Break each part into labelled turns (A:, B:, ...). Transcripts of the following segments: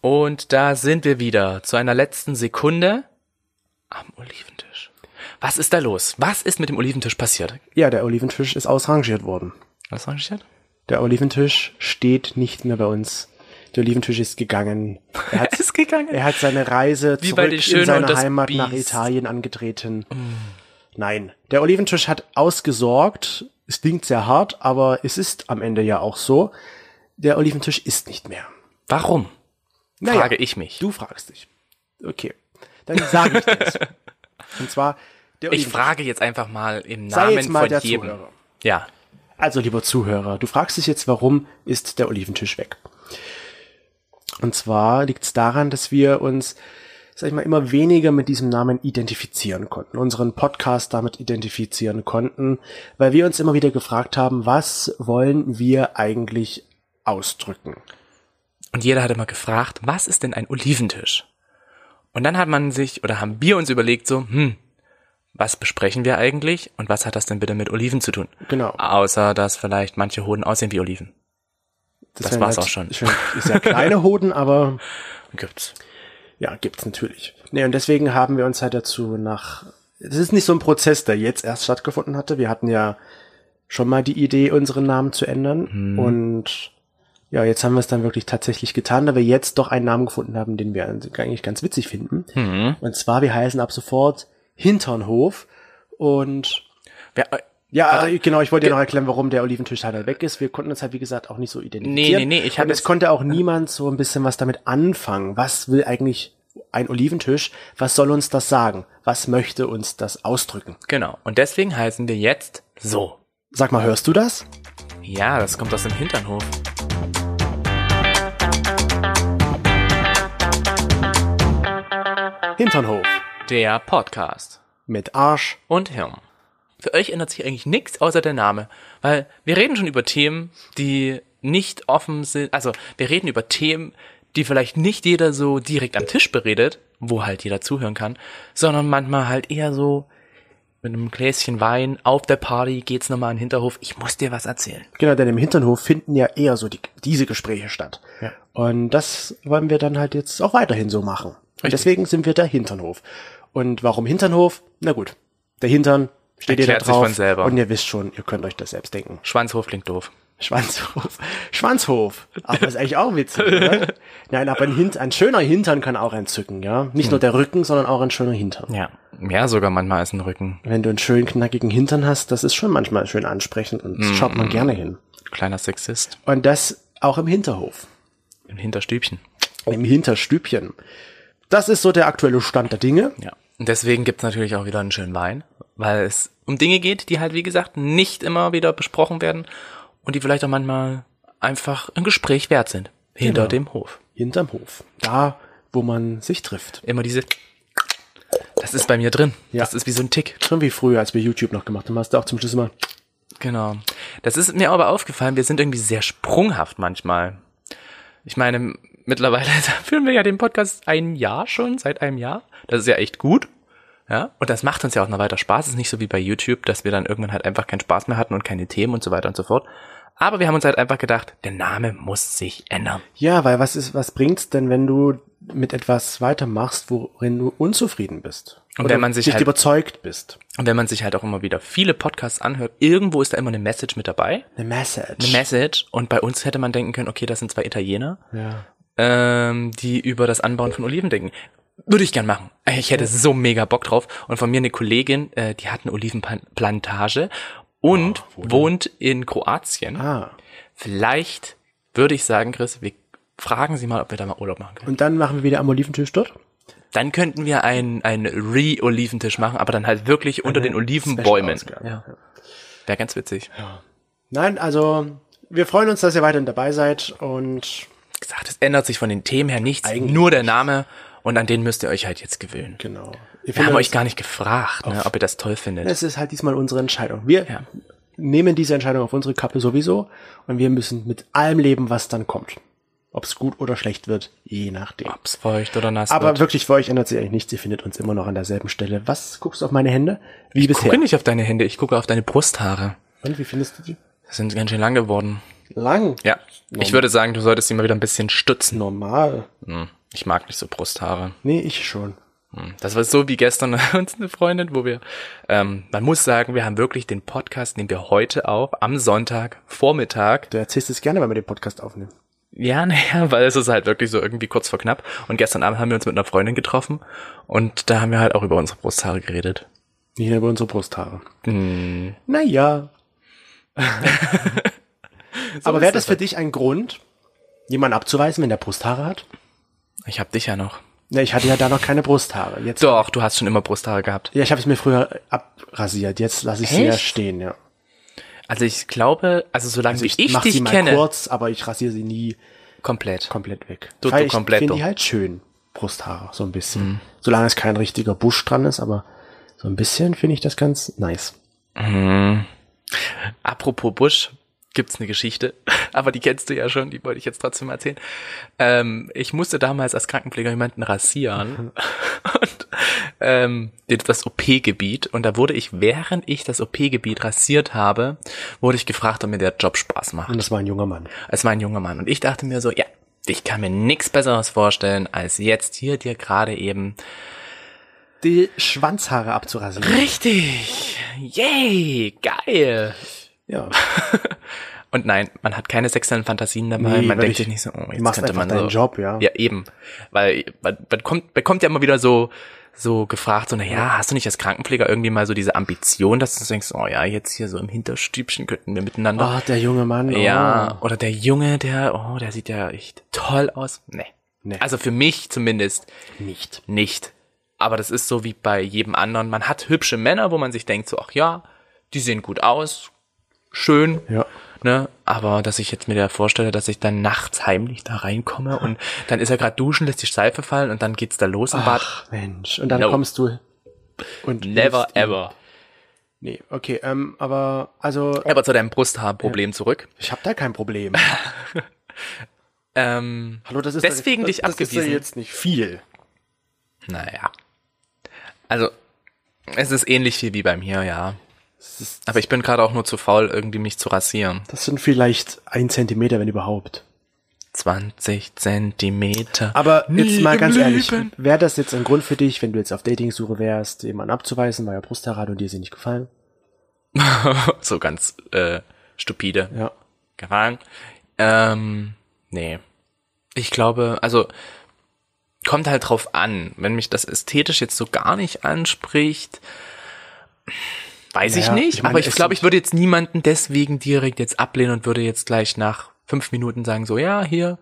A: Und da sind wir wieder zu einer letzten Sekunde am Oliventisch. Was ist da los? Was ist mit dem Oliventisch passiert?
B: Ja, der Oliventisch ist ausrangiert worden.
A: Was sag ich jetzt?
B: Der Oliventisch steht nicht mehr bei uns. Der Oliventisch ist gegangen. Er hat,
A: Es ist gegangen.
B: er hat seine Reise
A: Wie bei
B: zurück
A: den Schönen
B: in
A: und
B: seine
A: das
B: Heimat nach
A: Biest. Mm.
B: Italien angetreten. Nein, der Oliventisch hat ausgesorgt. Es klingt sehr hart, aber es ist am Ende ja auch so. Der Oliventisch ist nicht mehr.
A: Warum?
B: Naja,
A: Frage ich mich.
B: Du fragst dich. Okay, dann sage ich dir das. Und zwar der
A: ich
B: Oliventisch.
A: frage jetzt einfach mal im
B: Sei
A: Namen
B: jetzt mal
A: von
B: der
A: jedem.
B: Zuhörer.
A: Ja.
B: Also, lieber Zuhörer, du fragst dich jetzt, warum ist der Oliventisch weg? Und zwar liegt es daran, dass wir uns, sag ich mal, immer weniger mit diesem Namen identifizieren konnten, unseren Podcast damit identifizieren konnten, weil wir uns immer wieder gefragt haben, was wollen wir eigentlich ausdrücken?
A: Und jeder hat immer gefragt, was ist denn ein Oliventisch? Und dann hat man sich oder haben wir uns überlegt so, hm, was besprechen wir eigentlich und was hat das denn bitte mit Oliven zu tun?
B: Genau.
A: Außer, dass vielleicht manche Hoden aussehen wie Oliven. Das
B: wären
A: war's
B: halt
A: auch schon.
B: Schon sehr kleine Hoden, aber
A: Gibt's.
B: Ja, gibt's natürlich. Nee, und deswegen haben wir uns halt dazu nach. Es ist nicht so ein Prozess, der jetzt erst stattgefunden hatte. Wir hatten ja schon mal die Idee, unseren Namen zu ändern. Und ja, jetzt haben wir es dann wirklich tatsächlich getan, da wir jetzt doch einen Namen gefunden haben, den wir eigentlich ganz witzig finden. Und zwar, wir heißen ab sofort Hinternhof. Und
A: Wer, äh,
B: ja, äh, genau, ich wollte dir noch erklären, warum der Oliventisch halt weg ist. Wir konnten uns halt, wie gesagt, auch nicht so identifizieren.
A: nee, nee, ich hab
B: Und es
A: jetzt-
B: konnte auch niemand so ein bisschen was damit anfangen. Was will eigentlich ein Oliventisch? Was soll uns das sagen? Was möchte uns das ausdrücken?
A: genau. Und deswegen heißen wir jetzt so.
B: Sag mal, hörst du das?
A: Ja, das kommt aus dem Hinternhof.
B: Hinternhof.
A: Der Podcast.
B: Mit Arsch.
A: und Hirn. Für euch ändert sich eigentlich nichts außer der Name, weil wir reden schon über Themen, die nicht offen sind. Also wir reden über Themen, die vielleicht nicht jeder so direkt am Tisch beredet, wo halt jeder zuhören kann, sondern manchmal halt eher so mit einem Gläschen Wein auf der Party geht's nochmal in den Hinterhof. Ich muss dir was erzählen.
B: Genau, denn im Hinternhof finden ja eher so die, diese Gespräche statt.
A: Ja.
B: Und das wollen wir dann halt jetzt auch weiterhin so machen. Und deswegen sind wir der Hinternhof. Und warum Hinternhof? Na gut, der Hintern steht ihr da
A: Erklärt sich
B: drauf.
A: von selber.
B: Und ihr wisst schon, ihr könnt euch das selbst denken.
A: Schwanzhof klingt doof.
B: Schwanzhof. Schwanzhof. Aber ist eigentlich auch witzig, oder? Nein, aber ein, Hint, ein schöner Hintern kann auch entzücken, ja? Nicht
A: Hm.
B: nur der Rücken, sondern auch ein schöner Hintern.
A: Ja. Ja, sogar manchmal ist ein Rücken.
B: Wenn du einen schönen, knackigen Hintern hast, das ist schon manchmal schön ansprechend und
A: Hm,
B: das schaut man gerne hin.
A: Kleiner Sexist.
B: Und das auch im Hinterhof.
A: Im Hinterstübchen.
B: Im Hinterstübchen. Das ist so der aktuelle Stand der Dinge.
A: Ja. Und deswegen gibt's natürlich auch wieder einen schönen Wein, weil es um Dinge geht, die halt, wie gesagt, nicht immer wieder besprochen werden und die vielleicht auch manchmal einfach ein Gespräch wert sind. Hinter dem Hof.
B: Hinterm Hof. Da, wo man sich trifft.
A: Immer diese. Das ist bei mir drin.
B: Ja.
A: Das ist wie so ein Tick.
B: Schon wie früher, als wir YouTube noch gemacht haben, hast du auch zum Schluss immer,
A: Genau. Das ist mir aber aufgefallen, wir sind irgendwie sehr sprunghaft manchmal. Ich meine, mittlerweile führen wir ja den Podcast ein Jahr schon, seit einem Jahr. Das ist ja echt gut. Ja, und das macht uns ja auch noch weiter Spaß. Es ist nicht so wie bei YouTube, dass wir dann irgendwann halt einfach keinen Spaß mehr hatten und keine Themen und so weiter und so fort. Aber wir haben uns halt einfach gedacht, der Name muss sich ändern.
B: ja, weil was ist, was bringt's denn, wenn du mit etwas weitermachst, worin du unzufrieden bist?
A: Und
B: Oder
A: wenn man sich
B: nicht
A: halt-
B: überzeugt bist.
A: Und wenn man sich halt auch immer wieder viele Podcasts anhört, irgendwo ist da immer eine Message mit dabei.
B: Eine Message.
A: Eine Message. Und bei uns hätte man denken können, okay, das sind zwei Italiener.
B: ja.
A: ähm, die über das Anbauen von Oliven denken. Würde ich gern machen. Ich hätte so mega Bock drauf. Und von mir eine Kollegin, äh, die hat eine Olivenplantage und wohnt in Kroatien.
B: Ah.
A: Vielleicht würde ich sagen, Chris, wir fragen sie mal, ob wir da mal Urlaub machen können.
B: Und dann machen wir wieder am Oliventisch dort.
A: Dann könnten wir einen, einen Re-Oliventisch machen, aber dann halt wirklich unter den Olivenbäumen.
B: Special-Ausgabe.
A: Ja. Wäre ganz witzig.
B: Nein, also, wir freuen uns, dass ihr weiterhin dabei seid und
A: Wie gesagt, es ändert sich von den Themen her nichts, nur der Name und an den müsst ihr euch halt jetzt gewöhnen.
B: genau.
A: Wir haben
B: findet
A: euch
B: uns-
A: gar nicht gefragt, ne, ob ihr das toll findet.
B: Es ist halt diesmal unsere Entscheidung. Wir nehmen diese Entscheidung auf unsere Kappe sowieso und wir müssen mit allem leben, was dann kommt. Ob es gut oder schlecht wird, je nachdem.
A: Ob's feucht oder nass
B: Aber
A: wird.
B: wirklich, für euch ändert sich eigentlich nichts. Ihr findet uns immer noch an derselben Stelle. Was guckst du auf meine Hände? Wie
A: Ich
B: bisher.
A: gucke nicht auf deine Hände, ich gucke auf deine Brusthaare.
B: Und wie findest du die?
A: Das sind ganz schön lang geworden.
B: lang.
A: Ja. Ich würde sagen, du solltest sie mal wieder ein bisschen stützen.
B: Normal.
A: Hm, Ich mag nicht so Brusthaare.
B: Nee, ich schon.
A: Hm, Das war so wie gestern uns eine Freundin, wo wir, ähm, man muss sagen, wir haben wirklich den Podcast, den wir heute auf, am Sonntag, Vormittag,
B: Du erzählst es gerne, wenn wir den Podcast aufnehmen.
A: Ja, naja, weil es ist halt wirklich so irgendwie kurz vor knapp. Und gestern Abend haben wir uns mit einer Freundin getroffen und da haben wir halt auch über unsere Brusthaare geredet.
B: Nicht nur über unsere Brusthaare.
A: Mhm.
B: Naja. Aber wäre
A: halt.
B: das für dich ein Grund, jemanden abzuweisen, wenn der Brusthaare hat?
A: Ich hab dich ja noch.
B: Ne, ich hatte ja da noch keine Brusthaare. Jetzt,
A: Doch, du hast schon immer Brusthaare gehabt.
B: ja, ich habe es mir früher abrasiert. Jetzt lasse ich sie ja
A: Echt?
B: stehen, ja.
A: Also ich glaube, also solange wie ich,
B: mach sie
A: dich
B: mal
A: kenne,
B: kurz, aber ich rasiere sie nie
A: komplett.
B: komplett weg.
A: Tutto
B: Weil ich
A: completo.
B: finde die halt schön, Brusthaare, so ein bisschen.
A: Mhm.
B: Solange es kein richtiger Busch dran ist, aber so ein bisschen finde ich das ganz nice.
A: Apropos Busch, gibt's eine Geschichte, aber die kennst du ja schon, die wollte ich jetzt trotzdem erzählen. Ähm, ich musste damals als Krankenpfleger jemanden rasieren und ähm, den- das OP-Gebiet und da wurde ich, während ich das OP-Gebiet rasiert habe, wurde ich gefragt, ob mir der Job Spaß macht.
B: Und das war ein junger Mann.
A: Es war ein junger Mann und ich dachte mir so, ja, ich kann mir nichts Besseres vorstellen, als jetzt hier dir gerade eben
B: Die Schwanzhaare abzurasieren.
A: richtig, yay, geil.
B: Ja.
A: Und nein, man hat keine sexuellen Fantasien dabei.
B: Nee,
A: man denkt
B: wirklich.
A: sich nicht so, oh,
B: Du
A: jetzt
B: machst
A: könnte
B: einfach
A: man so.
B: deinen Job, ja.
A: Ja, eben. Weil man, man kommt, bekommt ja immer wieder so, so gefragt, so, na ja, hast du nicht als Krankenpfleger irgendwie mal so diese Ambition, dass du denkst, oh ja, jetzt hier so im Hinterstübchen könnten wir miteinander.
B: Ah, der junge Mann. oh.
A: Ja, oder der Junge, der, oh, der sieht ja echt toll aus. Nee.
B: Nee.
A: Also für mich zumindest
B: Nicht.
A: nicht. Aber das ist so wie bei jedem anderen. Man hat hübsche Männer, wo man sich denkt, so, ach ja, die sehen gut aus, schön,
B: Ja.
A: Ne? Aber dass ich jetzt mir da vorstelle, dass ich dann nachts heimlich da reinkomme und dann ist er gerade duschen, lässt die Seife fallen und dann geht's da los im Bad.
B: Ach, Mensch. Und dann
A: No.
B: kommst du. Und
A: Never
B: willst ihn-
A: ever.
B: Nee, okay, ähm, aber also
A: Aber zu deinem Brusthaarproblem zurück.
B: ich habe da kein Problem.
A: Ähm,
B: Hallo, das ist
A: Deswegen
B: das,
A: dich
B: das Ist
A: abgewiesen.
B: ja jetzt nicht viel.
A: naja. Also, es ist ähnlich viel wie bei mir, ja.
B: Das, ist,
A: Aber ich bin gerade auch nur zu faul, irgendwie mich zu rasieren.
B: das sind vielleicht ein Zentimeter, wenn überhaupt.
A: 20 Zentimeter.
B: Aber
A: Nie
B: jetzt mal
A: im
B: ganz ehrlich,
A: Leben.
B: wäre das jetzt ein Grund für dich, wenn du jetzt auf Datingsuche wärst, jemanden abzuweisen, weil er Brusthaare hat und dir sie nicht gefallen?
A: So ganz äh, stupide.
B: Ja.
A: gefangen. Ähm, nee. Ich glaube, also kommt halt drauf an. Wenn mich das ästhetisch jetzt so gar nicht anspricht, weiß ich
B: Naja,
A: nicht.
B: ich meine,
A: aber ich
B: es
A: glaube, ich
B: sind-
A: würde jetzt niemanden deswegen direkt jetzt ablehnen und würde jetzt gleich nach fünf Minuten sagen, so ja, hier,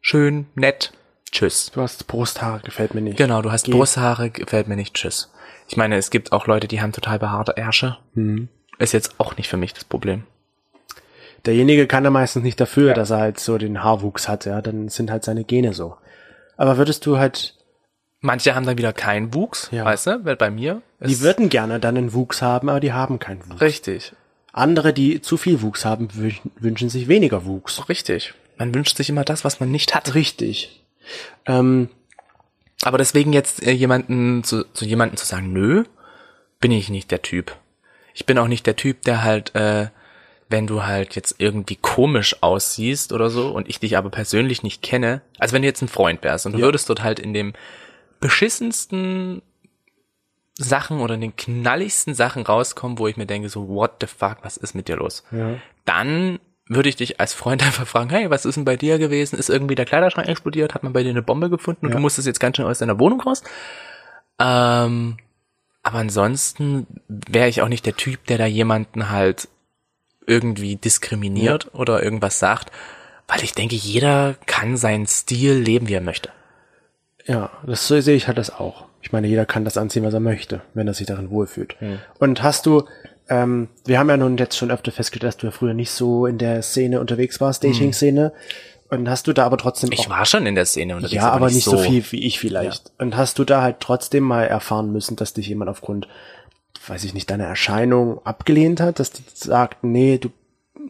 A: schön, nett, tschüss.
B: Du hast Brusthaare, gefällt mir nicht.
A: Genau, du hast
B: Geh.
A: Brusthaare, gefällt mir nicht, tschüss. Ich meine, es gibt auch Leute, die haben total behaarte Ärsche.
B: Mhm.
A: Ist jetzt auch nicht für mich das Problem.
B: Derjenige kann da meistens nicht dafür, dass er halt so den Haarwuchs hat, ja, dann sind halt seine Gene so. Aber würdest du halt,
A: Manche haben dann wieder keinen Wuchs,
B: Ja.
A: weißt du? Weil bei mir
B: die würden gerne dann einen Wuchs haben, aber die haben keinen Wuchs.
A: Richtig,
B: Andere, die zu viel Wuchs haben, wün- wünschen sich weniger Wuchs.
A: richtig. Man wünscht sich immer das, was man nicht hat.
B: Richtig. Ähm,
A: Aber deswegen jetzt äh, jemanden zu, zu jemanden zu sagen, nö, bin ich nicht der Typ. Ich bin auch nicht der Typ, der halt, äh, wenn du halt jetzt irgendwie komisch aussiehst oder so und ich dich aber persönlich nicht kenne, also wenn du jetzt ein Freund wärst und du würdest dort halt in dem beschissensten Sachen oder in den knalligsten Sachen rauskommen, wo ich mir denke, so, what the fuck, was ist mit dir los? Dann würde ich dich als Freund einfach fragen, hey, was ist denn bei dir gewesen? Ist irgendwie der Kleiderschrank explodiert? Hat man bei dir eine Bombe gefunden und
B: Ja.
A: du musstest jetzt ganz schnell aus deiner Wohnung raus? Ähm, aber ansonsten wäre ich auch nicht der Typ, der da jemanden halt irgendwie diskriminiert oder irgendwas sagt, weil ich denke, jeder kann seinen Stil leben, wie er möchte.
B: ja, das so sehe ich halt das auch. Ich meine, jeder kann das anziehen, was er möchte, wenn er sich darin wohlfühlt. Und hast du, ähm, wir haben ja nun jetzt schon öfter festgestellt, dass du ja früher nicht so in der Szene unterwegs warst, Dating-Szene. Und hast du da aber trotzdem
A: Ich
B: auch
A: war schon in der Szene unterwegs.
B: Oh. Ja, aber nicht so. viel wie ich vielleicht. Und hast du da halt trotzdem mal erfahren müssen, dass dich jemand aufgrund, weiß ich nicht, deiner Erscheinung abgelehnt hat, dass die sagt, nee, du,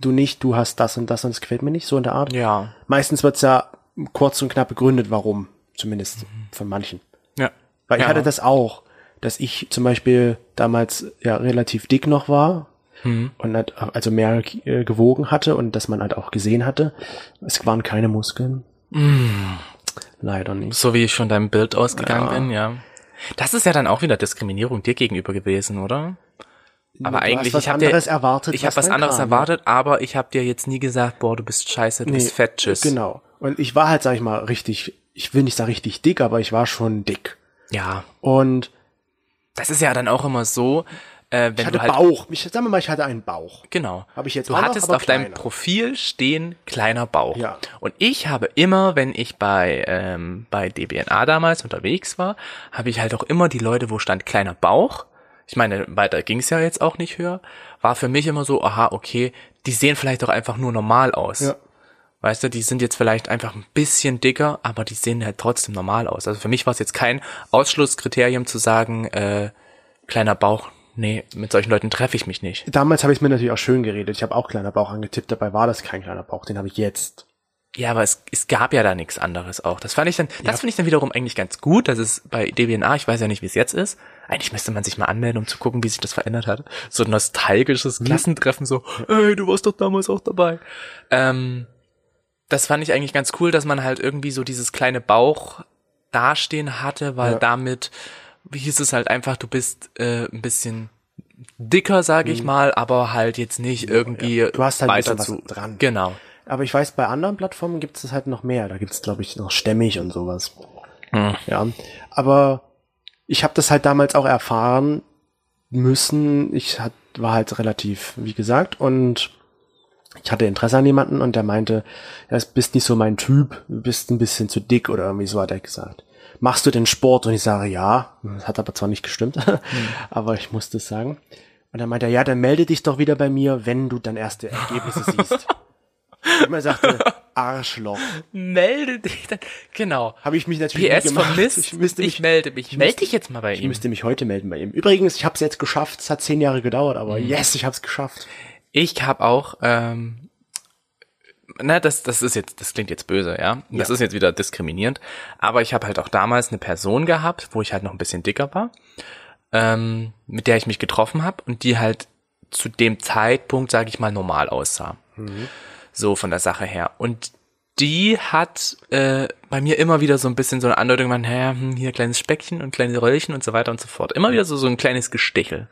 B: du nicht, du hast das und das und das gefällt mir nicht, so in der Art?
A: Ja.
B: Meistens wird's ja kurz und knapp begründet, warum. Zumindest von manchen.
A: Ja.
B: Weil ich
A: ja.
B: hatte das auch, dass ich zum Beispiel damals ja relativ dick noch war
A: Hm.
B: und halt also mehr äh, gewogen hatte und dass man halt auch gesehen hatte. Es waren keine Muskeln.
A: Hm.
B: Leider nicht.
A: So wie ich von deinem Bild ausgegangen bin, ja. Das ist ja dann auch wieder Diskriminierung dir gegenüber gewesen, oder? Aber
B: Du
A: eigentlich,
B: hast was
A: ich habe
B: anderes erwartet.
A: ich habe was
B: dann
A: anderes
B: kam. ne?
A: erwartet, aber ich habe dir jetzt nie gesagt, boah, du bist scheiße, du
B: Nee,
A: bist fett, tschüss.
B: Genau. Und ich war halt, sag ich mal, richtig, ich will nicht sagen richtig dick, aber ich war schon dick.
A: Ja,
B: Und
A: das ist ja dann auch immer so, äh, wenn
B: ich hatte
A: du halt
B: Bauch. Ich, sagen wir mal, ich hatte einen Bauch.
A: Genau.
B: Hab ich jetzt
A: du
B: auch noch,
A: hattest
B: aber
A: auf deinem
B: kleiner.
A: Profil stehen kleiner Bauch.
B: Ja.
A: Und ich habe immer, wenn ich bei ähm, bei DBNA damals unterwegs war, habe ich halt auch immer die Leute, wo stand kleiner Bauch. Ich meine, weiter ging's ja jetzt auch nicht höher. War für mich immer so, aha, okay, die sehen vielleicht doch einfach nur normal aus.
B: Ja.
A: Weißt du, die sind jetzt vielleicht einfach ein bisschen dicker, aber die sehen halt trotzdem normal aus. Also für mich war es jetzt kein Ausschlusskriterium zu sagen, äh, kleiner Bauch, nee, mit solchen Leuten treffe ich mich nicht.
B: Damals habe ich mir natürlich auch schön geredet. Ich habe auch kleiner Bauch angetippt, dabei war das kein kleiner Bauch, den habe ich jetzt.
A: Ja, aber es, es gab ja da nichts anderes auch. Das fand ich dann, das finde ich dann wiederum eigentlich ganz gut. Das ist bei DBNA, ich weiß ja nicht, wie es jetzt ist. Eigentlich müsste man sich mal anmelden, um zu gucken, wie sich das verändert hat. So ein nostalgisches
B: Hm?
A: Klassentreffen, so, ey, du warst doch damals auch dabei. Ähm, das fand ich eigentlich ganz cool, dass man halt irgendwie so dieses kleine Bauch dastehen hatte, weil
B: Ja.
A: damit, wie hieß es halt einfach, du bist äh, ein bisschen dicker, sag ich mal, aber halt jetzt nicht irgendwie
B: Hm. Du hast halt ein
A: weiter
B: bisschen
A: zu
B: was dran.
A: Genau.
B: Aber ich weiß, bei anderen Plattformen gibt es das halt noch mehr. Da gibt es, glaube ich, noch stämmig und sowas. Ja. Aber ich habe das halt damals auch erfahren müssen. Ich hat, war halt relativ, wie gesagt, und ich hatte Interesse an jemanden und der meinte, ja, du bist nicht so mein Typ, du bist ein bisschen zu dick oder irgendwie so hat er gesagt. Machst du den Sport? Und ich sage, ja. Das hat aber zwar nicht gestimmt, aber ich musste es sagen. Und dann meinte er, ja, dann melde dich doch wieder bei mir, wenn du dann erste Ergebnisse siehst. Und man sagte, Arschloch.
A: Melde dich dann. Genau.
B: Habe ich mich natürlich nie
A: PS
B: gemacht.
A: vermisst.
B: Ich müsste mich
A: melde mich.
B: ich
A: melde
B: müsste-
A: dich jetzt mal bei
B: Ich
A: ihm.
B: müsste mich heute melden bei ihm. Übrigens, ich habe es jetzt geschafft. Es hat zehn Jahre gedauert, aber
A: Mhm.
B: yes, ich habe es geschafft.
A: Ich habe auch, ähm, na, das, das ist jetzt, das klingt jetzt böse, ja. Das ist jetzt wieder diskriminierend. Aber ich habe halt auch damals eine Person gehabt, wo ich halt noch ein bisschen dicker war, ähm, mit der ich mich getroffen habe und die halt zu dem Zeitpunkt, sage ich mal, normal aussah. So von der Sache her. Und die hat äh, bei mir immer wieder so ein bisschen so eine Andeutung gemacht, naja, hm, hier kleines Speckchen und kleine Röllchen und so weiter und so fort. Immer wieder so, so ein kleines Gestichel.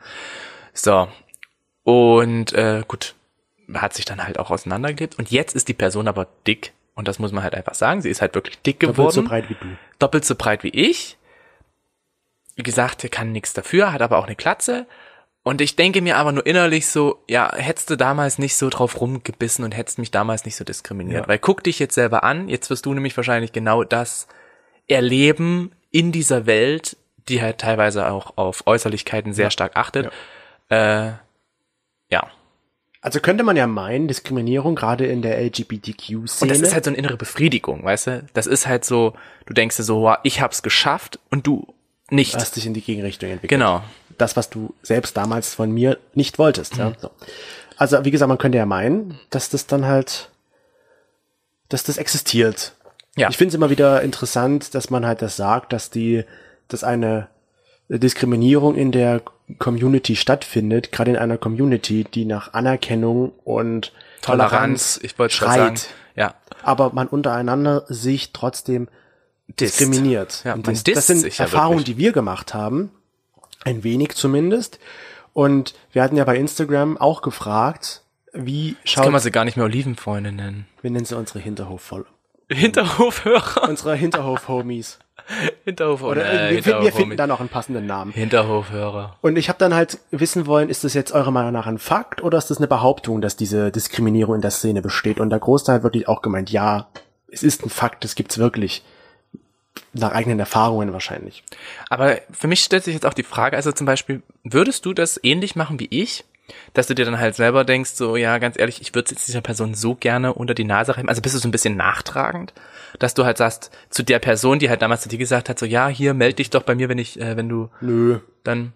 A: So, und äh, gut, hat sich dann halt auch auseinandergelebt. Und jetzt ist die Person aber dick. Und das muss man halt einfach sagen. Sie ist halt wirklich dick geworden.
B: Doppelt so breit wie du.
A: doppelt so breit wie ich. Wie gesagt, er kann nichts dafür, hat aber auch eine Klatze. Und ich denke mir aber nur innerlich so, ja, hättest du damals nicht so drauf rumgebissen und hättest mich damals nicht so diskriminiert.
B: Ja.
A: Weil guck dich jetzt selber an, jetzt wirst du nämlich wahrscheinlich genau das erleben in dieser Welt, die halt teilweise auch auf Äußerlichkeiten sehr stark achtet. Äh, ja.
B: Also könnte man ja meinen, Diskriminierung gerade in der LGBTQ-Szene.
A: Und das ist halt so eine innere Befriedigung, weißt du? Das ist halt so, du denkst dir so, wow, ich hab's geschafft und du nicht.
B: hast dich in die Gegenrichtung entwickelt.
A: Genau.
B: Das, was du selbst damals von mir nicht wolltest.
A: Mhm.
B: Ja? So. Also, wie gesagt, man könnte ja meinen, dass das dann halt, dass das existiert.
A: Ja.
B: Ich finde es immer wieder interessant, dass man halt das sagt, dass die, dass eine Diskriminierung in der Community stattfindet, gerade in einer Community, die nach Anerkennung und Toleranz,
A: ich wollte schon sagen.
B: schreit,
A: Ja.
B: aber man untereinander sich trotzdem diskriminiert.
A: Ja,
B: Und
A: man
B: das,
A: disst
B: das sind
A: sich ja
B: Erfahrungen,
A: wirklich.
B: die wir gemacht haben, ein wenig zumindest. Und wir hatten ja bei Instagram auch gefragt, wie
A: Jetzt können wir
B: schaut,
A: sie gar nicht mehr Olivenfreunde nennen.
B: wir nennen sie unsere Hinterhof-Voll,
A: Hinterhofhörer.
B: unsere Hinterhof-Homies.
A: Hinterhof
B: Oder
A: äh,
B: wir, finden, wir finden
A: Hinterhof
B: da noch einen passenden Namen.
A: Hinterhofhörer.
B: Und ich habe dann halt wissen wollen, ist das jetzt eurer Meinung nach ein Fakt oder ist das eine Behauptung, dass diese Diskriminierung in der Szene besteht? Und der Großteil hat wirklich auch gemeint, ja, es ist ein Fakt, das gibt's wirklich. Nach eigenen Erfahrungen wahrscheinlich.
A: Aber für mich stellt sich jetzt auch die Frage, also zum Beispiel, würdest du das ähnlich machen wie ich? Dass du dir dann halt selber denkst, so, ja, ganz ehrlich, ich würde jetzt dieser Person so gerne unter die Nase reiben. Also bist du so ein bisschen nachtragend, dass du halt sagst, zu der Person, die halt damals zu dir gesagt hat, so, ja, hier, melde dich doch bei mir, wenn ich, äh, wenn du,
B: Nö,
A: dann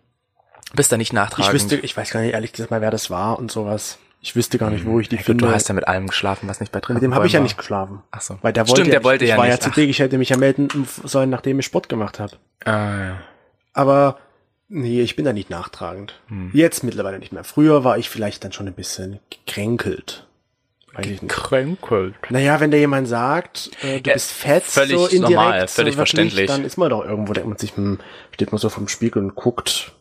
A: bist da nicht nachtragend.
B: Ich wüsste, ich weiß gar nicht ehrlich gesagt mal, wer das war und sowas. Ich wüsste gar nicht, wo ich die
A: Gut,
B: finde.
A: du hast Mhm. ja mit allem geschlafen, was nicht bei drin
B: mit dem habe ich ja nicht geschlafen.
A: Ach so.
B: Weil der wollte,
A: Stimmt, der wollte
B: ich
A: ja
B: war
A: nicht.
B: ja zu
A: Ach.
B: dick, ich hätte mich ja melden sollen, nachdem ich Sport gemacht habe.
A: Ah, ja.
B: Aber Nee, ich bin da nicht nachtragend.
A: Hm.
B: Jetzt mittlerweile nicht mehr. Früher war ich vielleicht dann schon ein bisschen gekränkelt. Weiß ich nicht.
A: Kränkelt.
B: Naja, wenn dir jemand sagt, äh, du
A: Ja,
B: bist fett,
A: völlig
B: so indirekt,
A: normal,
B: so
A: völlig
B: wirklich,
A: verständlich.
B: Dann ist man doch irgendwo, denkt man sich, hm, steht man so vom Spiegel und guckt.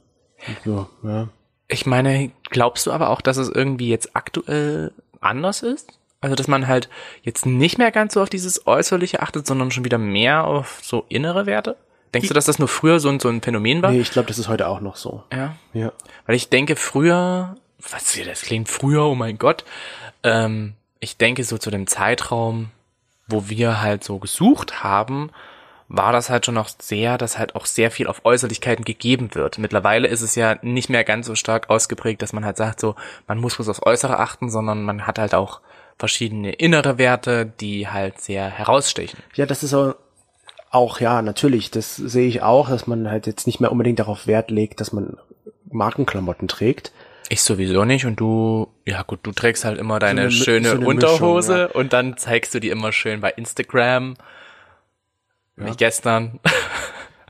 B: Und so, ja.
A: Ich meine, glaubst du aber auch, dass es irgendwie jetzt aktuell anders ist? Also, dass man halt jetzt nicht mehr ganz so auf dieses Äußerliche achtet, sondern schon wieder mehr auf so innere Werte? Denkst du, dass das nur früher so ein, so ein Phänomen war?
B: Nee, ich glaube, das ist heute auch noch so.
A: Ja.
B: Ja.
A: Weil ich denke, früher, was hier, das klingt früher, oh mein Gott, ähm, ich denke so zu dem Zeitraum, wo wir halt so gesucht haben, war das halt schon noch sehr, dass halt auch sehr viel auf Äußerlichkeiten gegeben wird. Mittlerweile ist es ja nicht mehr ganz so stark ausgeprägt, dass man halt sagt so, man muss bloß aufs Äußere achten, sondern man hat halt auch verschiedene innere Werte, die halt sehr herausstechen.
B: Ja, das ist auch, auch, ja, natürlich, das sehe ich auch, dass man halt jetzt nicht mehr unbedingt darauf Wert legt, dass man Markenklamotten trägt.
A: Ich sowieso nicht und du, ja gut, du trägst halt immer deine
B: eine Mi-
A: schöne
B: so eine
A: Unterhose
B: Mischung,
A: und dann zeigst du die immer schön bei Instagram. Wie gestern.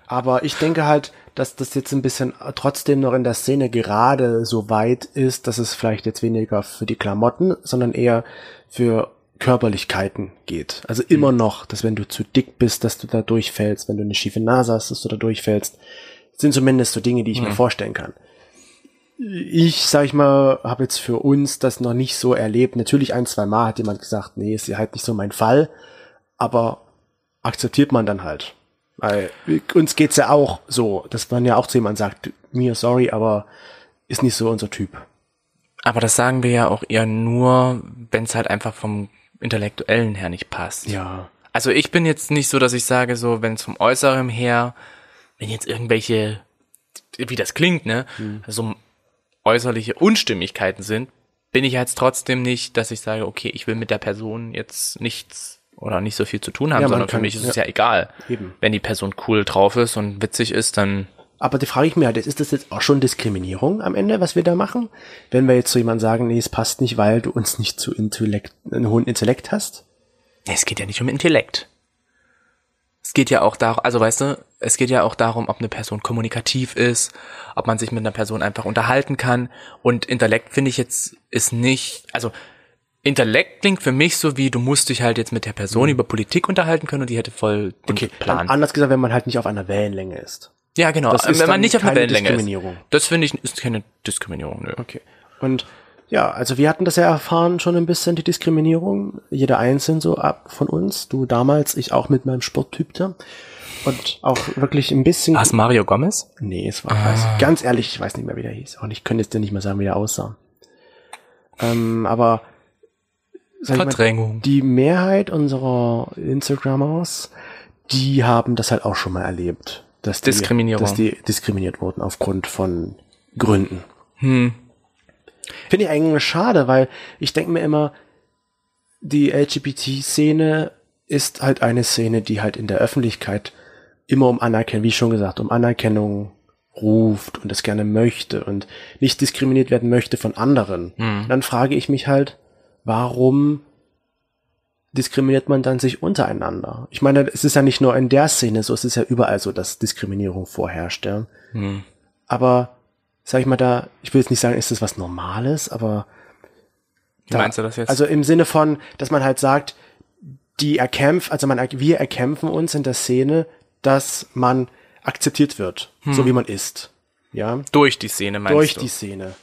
B: Aber ich denke halt, dass das jetzt ein bisschen trotzdem noch in der Szene gerade so weit ist, dass es vielleicht jetzt weniger für die Klamotten, sondern eher für Körperlichkeiten geht. Also immer noch, dass wenn du zu dick bist, dass du da durchfällst, wenn du eine schiefe Nase hast, dass du da durchfällst. Sind zumindest so Dinge, die ich mir vorstellen kann. Ich, sag ich mal, habe jetzt für uns das noch nicht so erlebt. Natürlich ein, zwei Mal hat jemand gesagt, nee, ist halt nicht so mein Fall, aber akzeptiert man dann halt. Weil uns geht's ja auch so, dass man ja auch zu jemandem sagt, mir sorry, aber ist nicht so unser Typ.
A: Aber das sagen wir ja auch eher nur, wenn es halt einfach vom Intellektuellen her nicht passt.
B: Ja.
A: Also ich bin jetzt nicht so, dass ich sage, so, wenn es vom Äußeren her, wenn jetzt irgendwelche, wie das klingt, ne,
B: Hm.
A: so äußerliche Unstimmigkeiten sind, bin ich jetzt trotzdem nicht, dass ich sage, okay, ich will mit der Person jetzt nichts oder nicht so viel zu tun haben,
B: Ja, man
A: sondern für
B: kann-
A: mich ist es
B: ja.
A: ja egal.
B: Eben.
A: Wenn die Person cool drauf ist und witzig ist, dann
B: Aber die frage ich mir halt, ist das jetzt auch schon Diskriminierung am Ende, was wir da machen? Wenn wir jetzt zu jemandem sagen, nee, es passt nicht, weil du uns nicht zu Intellekt, einen hohen Intellekt hast?
A: Es geht ja nicht um Intellekt. Es geht ja auch darum, also weißt du, es geht ja auch darum, ob eine Person kommunikativ ist, ob man sich mit einer Person einfach unterhalten kann. Und Intellekt finde ich jetzt ist nicht, also Intellekt klingt für mich so wie, du musst dich halt jetzt mit der Person über Politik unterhalten können und die hätte voll den Plan.
B: Mhm. Dann Anders gesagt, wenn man halt nicht auf einer Wellenlänge ist.
A: ja, genau.
B: das ist
A: Wenn man
B: dann
A: nicht auf einer
B: keine
A: Wellenlänge
B: Diskriminierung.
A: ist. Das finde ich ist keine Diskriminierung, nö.
B: Okay. Und ja, also wir hatten das ja erfahren schon ein bisschen, die Diskriminierung. Jeder einzeln so ab von uns. Du damals, ich auch mit meinem Sporttyp da. Und auch wirklich ein bisschen.
A: War es Mario Gomez?
B: Nee, es war, weiß, ganz ehrlich, ich weiß nicht mehr, wie der hieß. Und ich könnte jetzt dir nicht mehr sagen, wie der aussah. Ähm, aber, sag ich mal,
A: Verdrängung.
B: die Mehrheit unserer Instagramers, die haben das halt auch schon mal erlebt. Dass die,
A: Diskriminierung.
B: Dass die diskriminiert wurden aufgrund von Gründen.
A: Hm.
B: Finde ich eigentlich schade, weil ich denke mir immer, die LGBT-Szene ist halt eine Szene, die halt in der Öffentlichkeit immer um Anerkennung, wie schon gesagt, um Anerkennung ruft und es gerne möchte und nicht diskriminiert werden möchte von anderen.
A: Hm.
B: Dann frage ich mich halt, warum diskriminiert man dann sich untereinander? Ich meine, es ist ja nicht nur in der Szene so, es ist ja überall so, dass Diskriminierung vorherrscht. Ja?
A: Hm.
B: Aber sag ich mal da, ich will jetzt nicht sagen, ist das was Normales, aber
A: Wie meinst du das jetzt?
B: Also im Sinne von, dass man halt sagt, die erkämpft, also man, erk- wir erkämpfen uns in der Szene, dass man akzeptiert wird,
A: Hm.
B: so wie man ist. Ja,
A: Durch die Szene meinst
B: durch
A: du?
B: die Szene.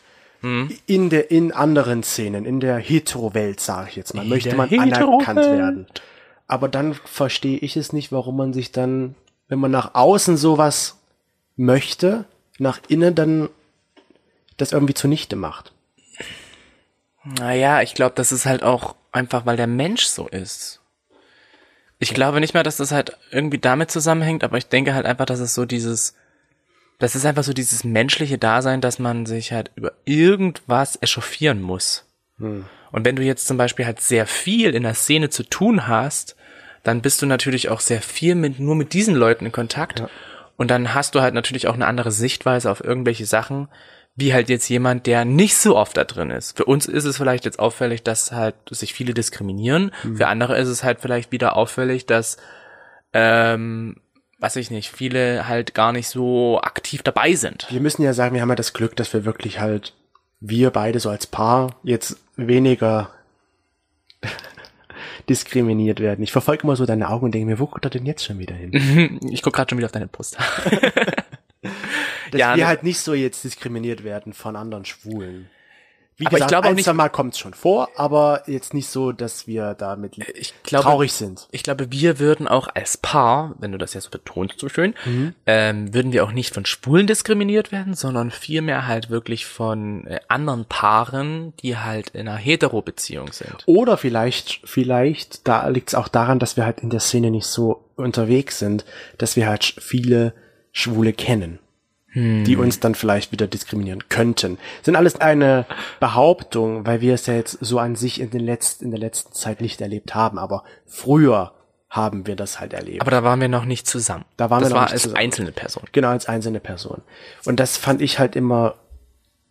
A: Hm?
B: In der, in anderen Szenen, in der Hetero-Welt, sage ich jetzt mal, möchte
A: der
B: man
A: Hetero-Welt.
B: anerkannt werden. Aber dann verstehe ich es nicht, warum man sich dann, wenn man nach außen sowas möchte, nach innen dann das irgendwie zunichte macht.
A: Naja, ich glaube, das ist halt auch einfach, weil der Mensch so ist. Ich glaube nicht mal, dass das halt irgendwie damit zusammenhängt, aber ich denke halt einfach, dass es so dieses, das ist einfach so dieses menschliche Dasein, dass man sich halt über irgendwas echauffieren muss. Und wenn du jetzt zum Beispiel halt sehr viel in der Szene zu tun hast, dann bist du natürlich auch sehr viel mit, nur mit diesen Leuten in Kontakt. Und dann hast du halt natürlich auch eine andere Sichtweise auf irgendwelche Sachen, wie halt jetzt jemand, der nicht so oft da drin ist. Für uns ist es vielleicht jetzt auffällig, dass halt sich viele Mhm. diskriminieren. Für andere ist es halt vielleicht wieder auffällig, dass ähm, weiß ich nicht, viele halt gar nicht so aktiv dabei sind.
B: Wir müssen ja sagen, wir haben ja das Glück, dass wir wirklich halt, wir beide so als Paar jetzt weniger diskriminiert werden. Ich verfolge immer so deine Augen und denke mir, wo guckt er denn jetzt schon wieder hin?
A: Ich guck gerade schon wieder auf deine Brust.
B: Dass
A: Ja,
B: wir
A: ne-
B: halt nicht so jetzt diskriminiert werden von anderen Schwulen. Wie
A: Aber ich
B: gesagt,
A: glaube auch
B: ein,
A: nicht-
B: zwei Mal kommt schon vor, aber jetzt nicht so, dass wir damit
A: Äh, Ich glaube-
B: traurig sind.
A: Ich glaube, wir würden auch als Paar, wenn du das ja so betonst so schön, ähm, würden wir auch nicht von Schwulen diskriminiert werden, sondern vielmehr halt wirklich von äh, anderen Paaren, die halt in einer Hetero-Beziehung sind.
B: Oder vielleicht, vielleicht, da liegt es auch daran, dass wir halt in der Szene nicht so unterwegs sind, dass wir halt sch- viele Schwule kennen,
A: Hm.
B: die uns dann vielleicht wieder diskriminieren könnten. Sind alles eine Behauptung, weil wir es ja jetzt so an sich in, den letzten, in der letzten Zeit nicht erlebt haben, aber früher haben wir das halt erlebt.
A: Aber da waren wir noch nicht zusammen.
B: Da waren wir
A: das
B: noch
A: war
B: nicht
A: als
B: zusammen.
A: einzelne Person.
B: Genau, als einzelne Person. Und das fand ich halt immer,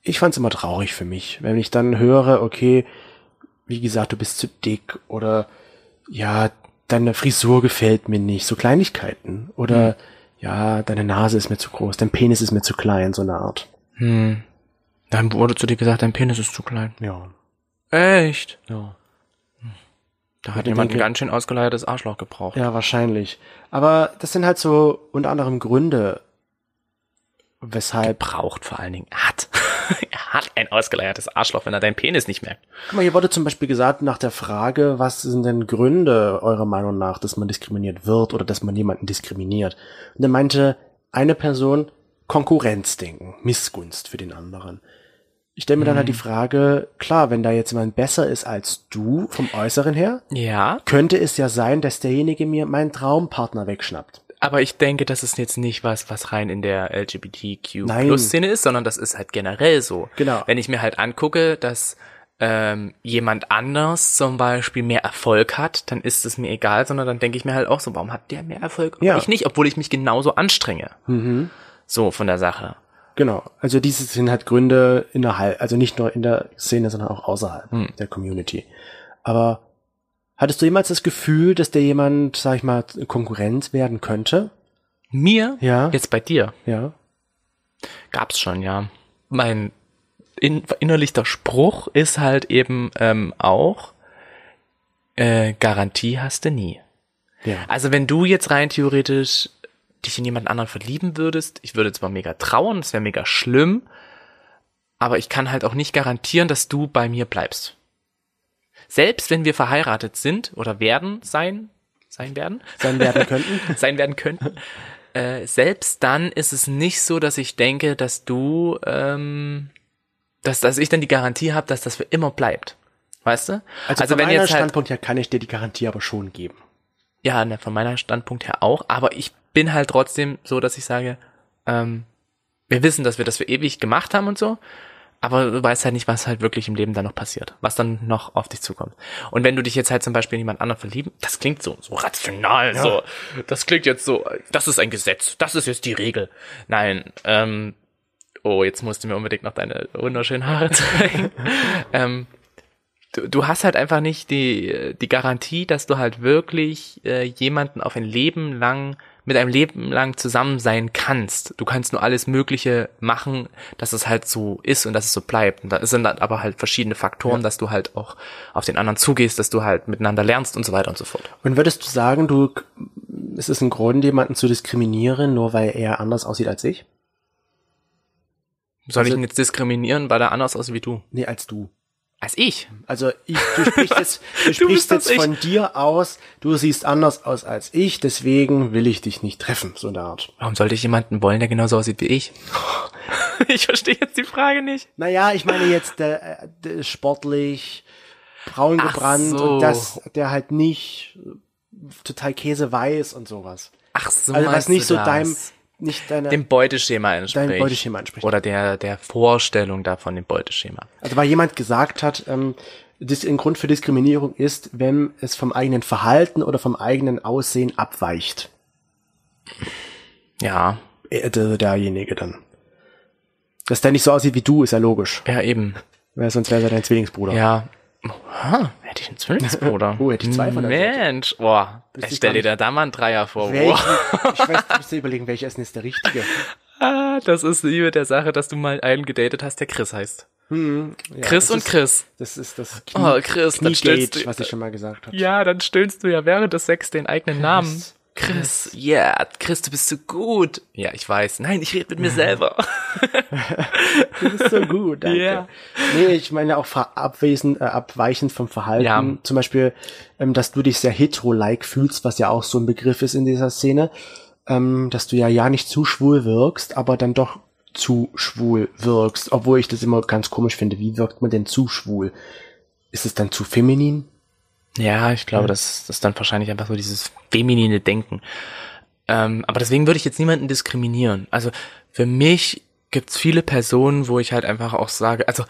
B: ich fand's immer traurig für mich, wenn ich dann höre, okay, wie gesagt, du bist zu dick oder ja, deine Frisur gefällt mir nicht, so Kleinigkeiten oder ja, deine Nase ist mir zu groß, dein Penis ist mir zu klein, so eine Art.
A: Dann wurde zu dir gesagt, dein Penis ist zu klein.
B: Ja.
A: Echt? Ja. Da hat
B: Ich
A: jemand ein
B: denke-
A: ganz schön ausgeleiertes Arschloch gebraucht.
B: Ja, wahrscheinlich. Aber das sind halt so unter anderem Gründe, weshalb
A: Braucht vor allen Dingen. Er hat. er hat ein ausgeleiertes Arschloch, wenn er deinen Penis nicht merkt.
B: Guck mal, hier wurde zum Beispiel gesagt nach der Frage, was sind denn Gründe eurer Meinung nach, dass man diskriminiert wird oder dass man jemanden diskriminiert? Und dann meinte eine Person Konkurrenzdenken, Missgunst für den anderen. Ich stelle mir dann halt die Frage, klar, wenn da jetzt jemand besser ist als du vom Äußeren her,
A: Ja,
B: könnte es ja sein, dass derjenige mir meinen Traumpartner wegschnappt.
A: Aber ich denke, das ist jetzt nicht was, was rein in der
B: Nein.
A: LGBTQ-Plus-Szene ist, sondern das ist halt generell so.
B: Genau.
A: Wenn ich mir halt angucke, dass ähm, jemand anders zum Beispiel mehr Erfolg hat, dann ist es mir egal, sondern dann denke ich mir halt auch so, warum hat der mehr Erfolg? und
B: Ja.
A: Ich nicht, obwohl ich mich genauso anstrenge. So von der Sache.
B: Genau. Also diese sind halt Gründe innerhalb, also nicht nur in der Szene, sondern auch außerhalb der Community. Aber hattest du jemals das Gefühl, dass dir jemand, sag ich mal, Konkurrent werden könnte?
A: Mir,
B: Ja.
A: jetzt bei dir,
B: Ja.
A: gab's schon, ja. Mein in, verinnerlichter Spruch ist halt eben ähm, auch, äh, Garantie hast du nie.
B: Ja.
A: Also wenn du jetzt rein theoretisch dich in jemand anderen verlieben würdest, ich würde zwar mega trauern, es wäre mega schlimm, aber ich kann halt auch nicht garantieren, dass du bei mir bleibst. Selbst wenn wir verheiratet sind oder werden, sein, sein werden,
B: Sein werden könnten?
A: sein werden könnten, äh, selbst dann ist es nicht so, dass ich denke, dass du, ähm, dass, dass ich dann die Garantie habe, dass das für immer bleibt. Weißt du?
B: Also, von
A: halt
B: meiner Standpunkt her kann ich dir die Garantie aber schon geben.
A: Ja, ne, von meiner Standpunkt her auch, aber ich bin halt trotzdem so, dass ich sage, ähm, wir wissen, dass wir das für ewig gemacht haben und so, aber du weißt halt nicht, was halt wirklich im Leben dann noch passiert, was dann noch auf dich zukommt. Und wenn du dich jetzt halt zum Beispiel in jemand anderen verlieben, das klingt so, so rational, so, das klingt jetzt so, das ist ein Gesetz, das ist jetzt die Regel. Nein, ähm, oh, jetzt musst du mir unbedingt noch deine wunderschönen Haare zeigen. ähm, du, du hast halt einfach nicht die, äh, die Garantie, dass du halt wirklich äh, jemanden auf ein Leben lang, mit einem Leben lang zusammen sein kannst. Du kannst nur alles Mögliche machen, dass es halt so ist und dass es so bleibt. Und da sind dann aber halt verschiedene Faktoren, dass du halt auch auf den anderen zugehst, dass du halt miteinander lernst und so weiter und so fort.
B: Und würdest du sagen, du, es ist ein Grund, jemanden zu diskriminieren, nur weil er anders aussieht als ich?
A: Soll ich
B: Also-
A: ihn jetzt diskriminieren, weil er anders aussieht wie du?
B: Nee, als du.
A: Als ich?
B: Also ich, du sprichst jetzt, du
A: bist
B: sprichst
A: das
B: jetzt von dir aus, du siehst anders aus als ich, deswegen will ich dich nicht treffen, so eine Art.
A: Warum sollte ich jemanden wollen, der genauso aussieht wie ich? Ich verstehe jetzt die Frage nicht.
B: Naja, ich meine jetzt der, äh, der sportlich, braun
A: Ach
B: gebrannt
A: so.
B: und das, der halt nicht äh, total käseweiß und sowas.
A: Ach so,
B: Also was
A: meinst
B: nicht
A: du
B: so deinem,
A: das?
B: nicht deiner,
A: dem Beuteschema entspricht.
B: Dein Beuteschema entspricht.
A: Oder der, der Vorstellung davon, dem Beuteschema.
B: also weil jemand gesagt hat, ähm, das ein Grund für Diskriminierung ist, wenn es vom eigenen Verhalten oder vom eigenen Aussehen abweicht.
A: Ja,
B: Äh, der- derjenige dann. Dass der nicht so aussieht wie du, ist ja logisch.
A: ja eben.
B: Weil sonst wäre er dein Zwillingsbruder.
A: Ja, Ha, hätte ich einen Zwillingsbruder.
B: Oh, hätte ich zwei von der Seite.
A: Mensch, boah.
B: Wüsste ich
A: stell
B: gar
A: dir
B: nicht.
A: da, da mal einen Dreier vor.
B: Welchen,
A: Boah.
B: ich weiß, ich muss überlegen, welcher ist denn jetzt der richtige?
A: Ah, das ist Liebe der Sache, dass du mal einen gedatet hast, der Chris heißt.
B: Hm, ja,
A: Chris
B: das
A: und
B: ist,
A: Chris.
B: Das ist das Knie,
A: Oh, Chris, dann stellst
B: Kniegate,
A: du,
B: was ich schon mal gesagt habe.
A: Ja, dann stöhnst du ja während des Sex den eigenen Namen. Chris, ja, yeah, Chris, du bist so gut. Ja, ich weiß. Nein, ich rede mit mir selber.
B: Das ist so gut, danke.
A: Ja.
B: Nee, ich meine auch ver- abwesen, äh, abweichend vom Verhalten.
A: Ja.
B: Zum Beispiel, ähm, dass du dich sehr hetero-like fühlst, was ja auch so ein Begriff ist in dieser Szene, ähm, dass du ja ja nicht zu schwul wirkst, aber dann doch zu schwul wirkst, obwohl ich das immer ganz komisch finde. Wie wirkt man denn zu schwul? Ist es dann zu feminin?
A: Ja, ich glaube, das, das ist dann wahrscheinlich einfach so dieses feminine Denken. Ähm, aber deswegen würde ich jetzt niemanden diskriminieren. Also für mich gibt's viele Personen, wo ich halt einfach auch sage, also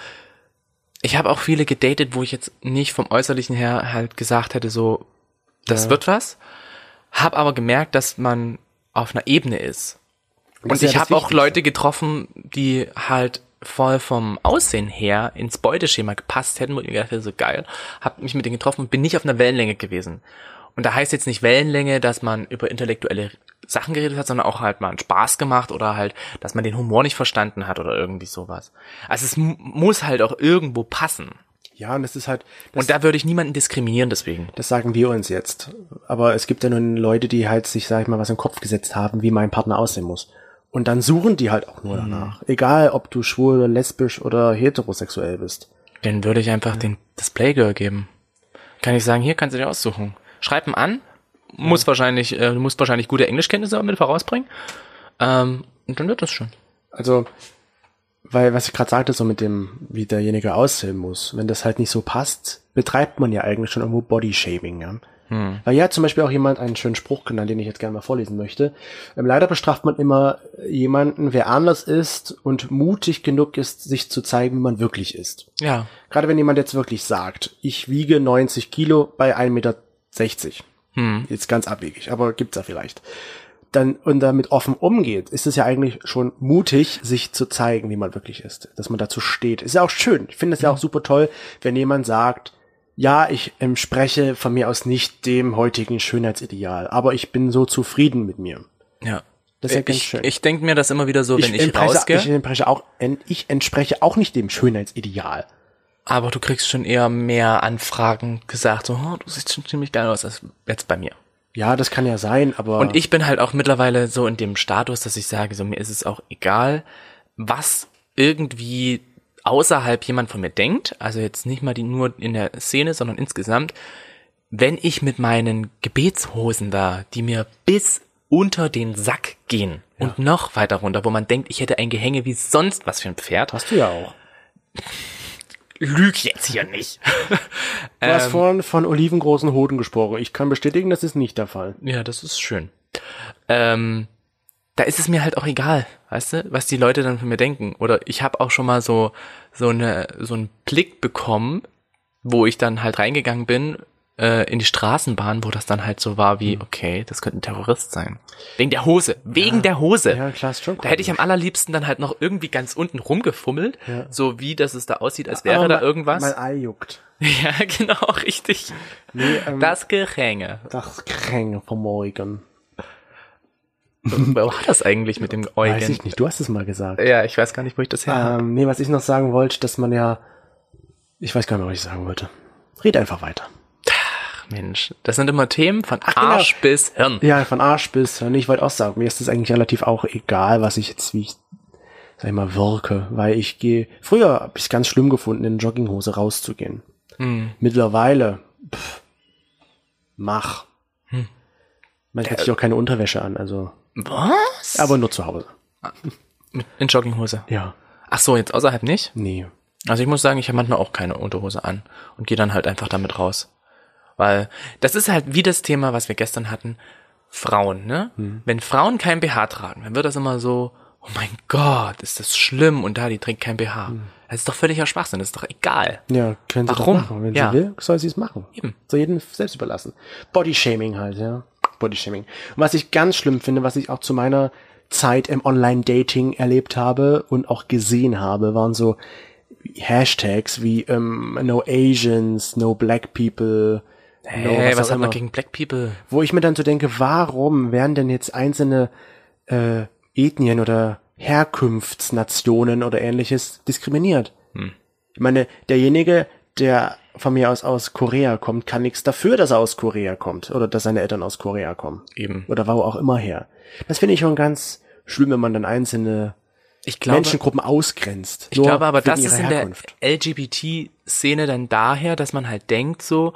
A: ich habe auch viele gedatet, wo ich jetzt nicht vom Äußerlichen her halt gesagt hätte, so, das
B: Ja.
A: wird was. Hab aber gemerkt, dass man auf einer Ebene ist.
B: Das
A: Und
B: ist ja
A: ich
B: das
A: habe auch
B: Wichtigste.
A: Leute getroffen, die halt voll vom Aussehen her ins Beuteschema gepasst hätten, wo ich mir gedacht hätte, so geil, habe mich mit denen getroffen und bin nicht auf einer Wellenlänge gewesen. Und da heißt jetzt nicht Wellenlänge, dass man über intellektuelle Sachen geredet hat, sondern auch halt mal einen Spaß gemacht oder halt, dass man den Humor nicht verstanden hat oder irgendwie sowas. Also es mu- muss halt auch irgendwo passen.
B: Ja, und das ist halt, das,
A: Und da würde ich niemanden diskriminieren deswegen.
B: das sagen wir uns jetzt. Aber es gibt ja nun Leute, die halt sich, sag ich mal, was im Kopf gesetzt haben, wie mein Partner aussehen muss. Und dann suchen die halt auch nur danach. Egal, ob du schwul oder lesbisch oder heterosexuell bist.
A: Dann würde ich einfach den, das Playgirl geben. Kann ich sagen, hier kannst du dir aussuchen. Schreib ihn an. Muss wahrscheinlich, äh, du musst wahrscheinlich gute Englischkenntnisse damit vorausbringen. Ähm, und dann wird das schon.
B: Also, weil, was ich gerade sagte, so mit dem, wie derjenige aussehen muss, wenn das halt nicht so passt, betreibt man ja eigentlich schon irgendwo Bodyshaming, ja. Weil ja, zum Beispiel auch jemand einen schönen Spruch genannt, den ich jetzt gerne mal vorlesen möchte. Ähm, leider bestraft man immer äh, jemanden, wer anders ist und mutig genug ist, sich zu zeigen, wie man wirklich ist.
A: Ja.
B: Gerade wenn jemand jetzt wirklich sagt, ich wiege 90 Kilo bei 1,60 Meter.
A: Hm.
B: Jetzt ganz abwegig, aber gibt's ja vielleicht. Dann, und damit offen umgeht, ist es ja eigentlich schon mutig, sich zu zeigen, wie man wirklich ist. Dass man dazu steht. Ist ja auch schön. Ich finde es ja
A: Mhm.
B: auch super toll, wenn jemand sagt, ja, ich ähm, spreche von mir aus nicht dem heutigen Schönheitsideal, aber ich bin so zufrieden mit mir.
A: Ja. Äh,
B: Das ist ja
A: ich,
B: ganz schön.
A: Ich denke mir das immer wieder so, wenn ich,
B: entspreche-
A: rausgehe.
B: ich, entspreche auch, ich entspreche auch nicht dem Schönheitsideal.
A: aber du kriegst schon eher mehr Anfragen gesagt, so, oh, du siehst schon ziemlich geil aus als jetzt bei mir.
B: Ja, das kann ja sein, aber.
A: Und ich bin halt auch mittlerweile so in dem Status, dass ich sage, so mir ist es auch egal, was irgendwie außerhalb jemand von mir denkt, also jetzt nicht mal die nur in der Szene, sondern insgesamt, wenn ich mit meinen Gebetshosen da, die mir bis unter den Sack gehen und noch weiter runter, wo man denkt, ich hätte ein Gehänge wie sonst was für ein Pferd,
B: Hast du ja auch.
A: lüg jetzt hier nicht.
B: Du
A: Ähm,
B: hast vorhin von olivengroßen Hoden gesprochen. Ich kann bestätigen, das ist nicht der Fall.
A: Ja, das ist schön. Ähm, da ist es mir halt auch egal, weißt du, was die Leute dann von mir denken. Oder ich habe auch schon mal so so eine so einen Blick bekommen, wo ich dann halt reingegangen bin äh, in die Straßenbahn, wo das dann halt so war
B: Hm.
A: wie, okay, das könnte ein Terrorist sein. Wegen der Hose, wegen der Hose.
B: Ja, klar, ist schon
A: Da hätte ich am allerliebsten dann halt noch irgendwie ganz unten rumgefummelt, so wie, dass es da aussieht, als wäre da irgendwas.
B: Mein Ei juckt.
A: Ja, genau, richtig.
B: Nee, ähm, das,
A: Das Gehänge.
B: das Kräng vom Morgen.
A: Wer war das eigentlich mit dem Eugen?
B: Weiß ich nicht, du hast es mal gesagt.
A: Ja, ich weiß gar nicht, wo ich das her habe.
B: Ähm, nee, was ich noch sagen wollte, dass man ja. Ich weiß gar nicht mehr, was ich sagen wollte. Red einfach weiter.
A: Mensch, das sind immer Themen von Arsch bis Hirn.
B: Ah, genau. Ja, von Arsch bis. äh, Und ich wollte auch sagen, mir ist es eigentlich relativ auch egal, was ich jetzt, wie ich, sag ich mal, wirke. Weil ich gehe. Früher habe ich es ganz schlimm gefunden, in Jogginghose rauszugehen.
A: Hm.
B: Mittlerweile, pff, mach. Manchmal hätte ich auch keine Unterwäsche an, also.
A: Was?
B: Aber nur zu Hause.
A: In Jogginghose.
B: Ja.
A: Ach so, jetzt außerhalb nicht?
B: Nee.
A: Also ich muss sagen, ich habe manchmal auch keine Unterhose an und gehe dann halt einfach damit raus. Weil das ist halt wie das Thema, was wir gestern hatten. Frauen, ne?
B: Hm.
A: Wenn Frauen kein BH tragen, dann wird das immer so, oh mein Gott, ist das schlimm und da, die trägt kein BH.
B: Hm.
A: Das ist doch völliger Schwachsinn, das ist doch egal.
B: Ja, können sie
A: Warum?
B: doch machen. Wenn
A: Ja.
B: sie will, soll sie es machen.
A: Eben.
B: So jedem selbst überlassen. Bodyshaming halt, ja. Bodyshaming. Und was ich ganz schlimm finde, was ich auch zu meiner Zeit im Online-Dating erlebt habe und auch gesehen habe, waren so Hashtags wie ähm, No Asians, No Black People,
A: Hey,
B: No
A: was,
B: was auch
A: hat man
B: immer.
A: gegen Black People?
B: Wo ich mir dann so denke, warum werden denn jetzt einzelne äh, Ethnien oder Herkunftsnationen oder ähnliches diskriminiert?
A: Hm.
B: Ich meine, derjenige, der von mir aus aus Korea kommt, kann nichts dafür, dass er aus Korea kommt oder dass seine Eltern aus Korea kommen.
A: Eben.
B: Oder wo auch immer her. Das finde ich schon ganz schlimm, wenn man dann einzelne
A: Ich glaube,
B: Menschengruppen ausgrenzt.
A: ich glaube aber, das ist in der LGBT-Szene dann daher, dass man halt denkt so,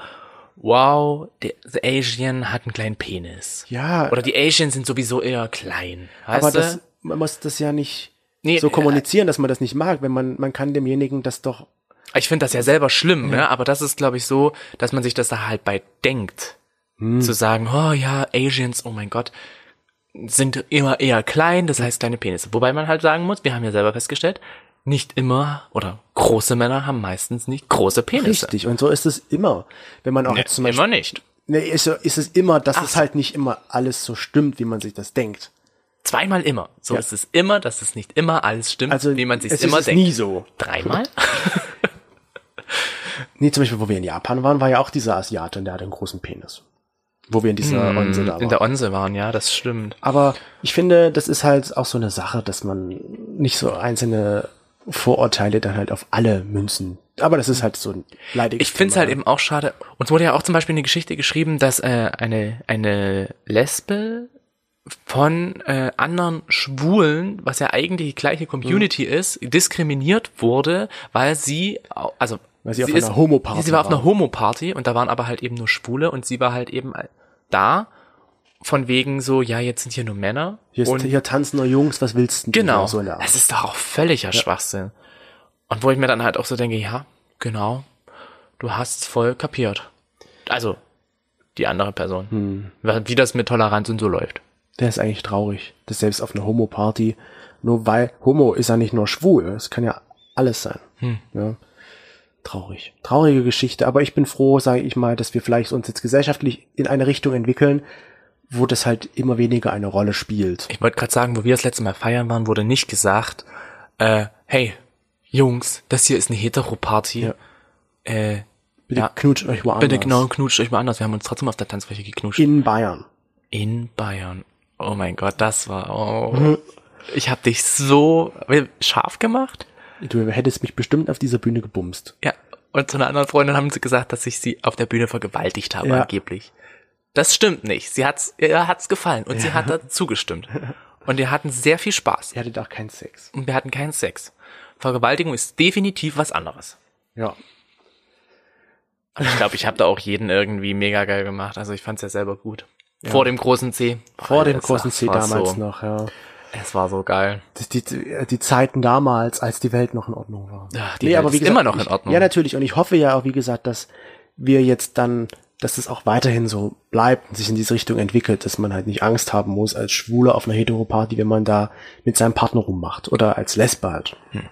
A: wow, der the Asian hat einen kleinen Penis.
B: Ja,
A: Oder die Asians sind sowieso eher klein. Weißt
B: aber
A: du?
B: das, man muss das ja nicht
A: Nee,
B: so
A: äh,
B: kommunizieren, dass man das nicht mag, wenn man, man kann demjenigen das doch
A: Ich finde das ja selber schlimm, ne? aber das ist, glaube ich, so, dass man sich das da halt bei denkt.
B: Hm.
A: Zu sagen, oh ja, Asians, oh mein Gott, sind immer eher klein, das heißt kleine Penisse. Wobei man halt sagen muss, wir haben ja selber festgestellt, nicht immer oder große Männer haben meistens nicht große Penisse.
B: richtig. Und so ist es immer. Wenn man auch jetzt zum Beispiel,
A: Ne, Immer nicht.
B: nee, ist, so- ist es immer, dass es halt nicht immer alles so stimmt, wie man sich das denkt.
A: Zweimal immer. So
B: Ja.
A: ist es immer, dass es nicht immer alles stimmt,
B: Also,
A: wie man sich
B: es
A: immer
B: ist
A: denkt.
B: nie so.
A: Dreimal?
B: Nee, Ne, zum Beispiel, wo wir in Japan waren, war ja auch dieser Asiate und der hatte einen großen Penis. Wo wir in dieser Onse da
A: Mm, In
B: waren.
A: der Onse waren, ja, das stimmt.
B: Aber ich finde, das ist halt auch so eine Sache, dass man nicht so einzelne Vorurteile dann halt auf alle münzen. Aber das ist halt so ein leidiges
A: Ich finde es
B: Thema. ne?
A: halt eben auch schade. Uns wurde ja auch zum Beispiel eine Geschichte geschrieben, dass äh, eine, eine Lesbe von äh, anderen Schwulen, was ja eigentlich die gleiche Community
B: Hm.
A: ist, diskriminiert wurde, weil sie, au- also
B: Weil sie auf einer Homoparty
A: sie war auf einer
B: war.
A: Homoparty und da waren aber halt eben nur Schwule und sie war halt eben da von wegen so, ja, jetzt sind hier nur Männer.
B: Hier, ist,
A: und
B: hier tanzen nur Jungs, was willst du denn
A: Genau.
B: ne? so in der Art?
A: das ist doch auch völliger Schwachsinn. Und wo ich mir dann halt auch so denke, ja, genau, du hast's voll kapiert. Also, die andere Person.
B: Hm.
A: Wie das mit Toleranz und so läuft.
B: Der ist eigentlich traurig, dass selbst auf einer Homo-Party, nur weil Homo ist ja nicht nur schwul, es kann ja alles sein.
A: Hm.
B: Ja. Traurig. Traurige Geschichte, aber ich bin froh, sage ich mal, dass wir vielleicht uns jetzt gesellschaftlich in eine Richtung entwickeln, wo das halt immer weniger eine Rolle spielt.
A: Ich wollte gerade sagen, wo wir das letzte Mal feiern waren, wurde nicht gesagt, äh, hey, Jungs, das hier ist eine Hetero-Party.
B: Ja.
A: Äh,
B: Bitte
A: Ja.
B: knutscht euch woanders.
A: bitte genau, knutscht euch mal anders. Wir haben uns trotzdem auf der Tanzfläche geknutscht.
B: In Bayern.
A: In Bayern. Oh mein Gott, das war,
B: Mhm.
A: oh. Ich hab dich so scharf gemacht.
B: Du hättest mich bestimmt auf dieser Bühne gebumst.
A: Ja, und zu einer anderen Freundin haben sie gesagt, dass ich sie auf der Bühne vergewaltigt habe,
B: Ja.
A: angeblich. Das stimmt nicht. Sie hat's, ihr hat's gefallen und sie hat dazu gestimmt. Und wir hatten sehr viel Spaß.
B: Ihr hattet auch keinen Sex.
A: Und wir hatten keinen Sex. Vergewaltigung ist definitiv was anderes.
B: Ja.
A: Aber ich glaube, ich habe da auch jeden irgendwie mega geil gemacht. Also ich fand's ja selber gut. Vor dem großen C.
B: Vor dem
A: Es
B: großen
A: war-
B: C
A: war
B: damals
A: so,
B: noch, ja.
A: Es war so geil.
B: Das- die, die, die Zeiten damals, als die Welt noch in Ordnung war.
A: Ja, die Welt ist immer noch in Ordnung.
B: Ich, ja, natürlich. Und ich hoffe ja auch, wie gesagt, dass wir jetzt dann, dass es auch weiterhin so bleibt und sich in diese Richtung entwickelt, dass man halt nicht Angst haben muss als Schwuler auf einer Heteroparty, wenn man da mit seinem Partner rummacht oder als Lesbe halt.
A: Hm.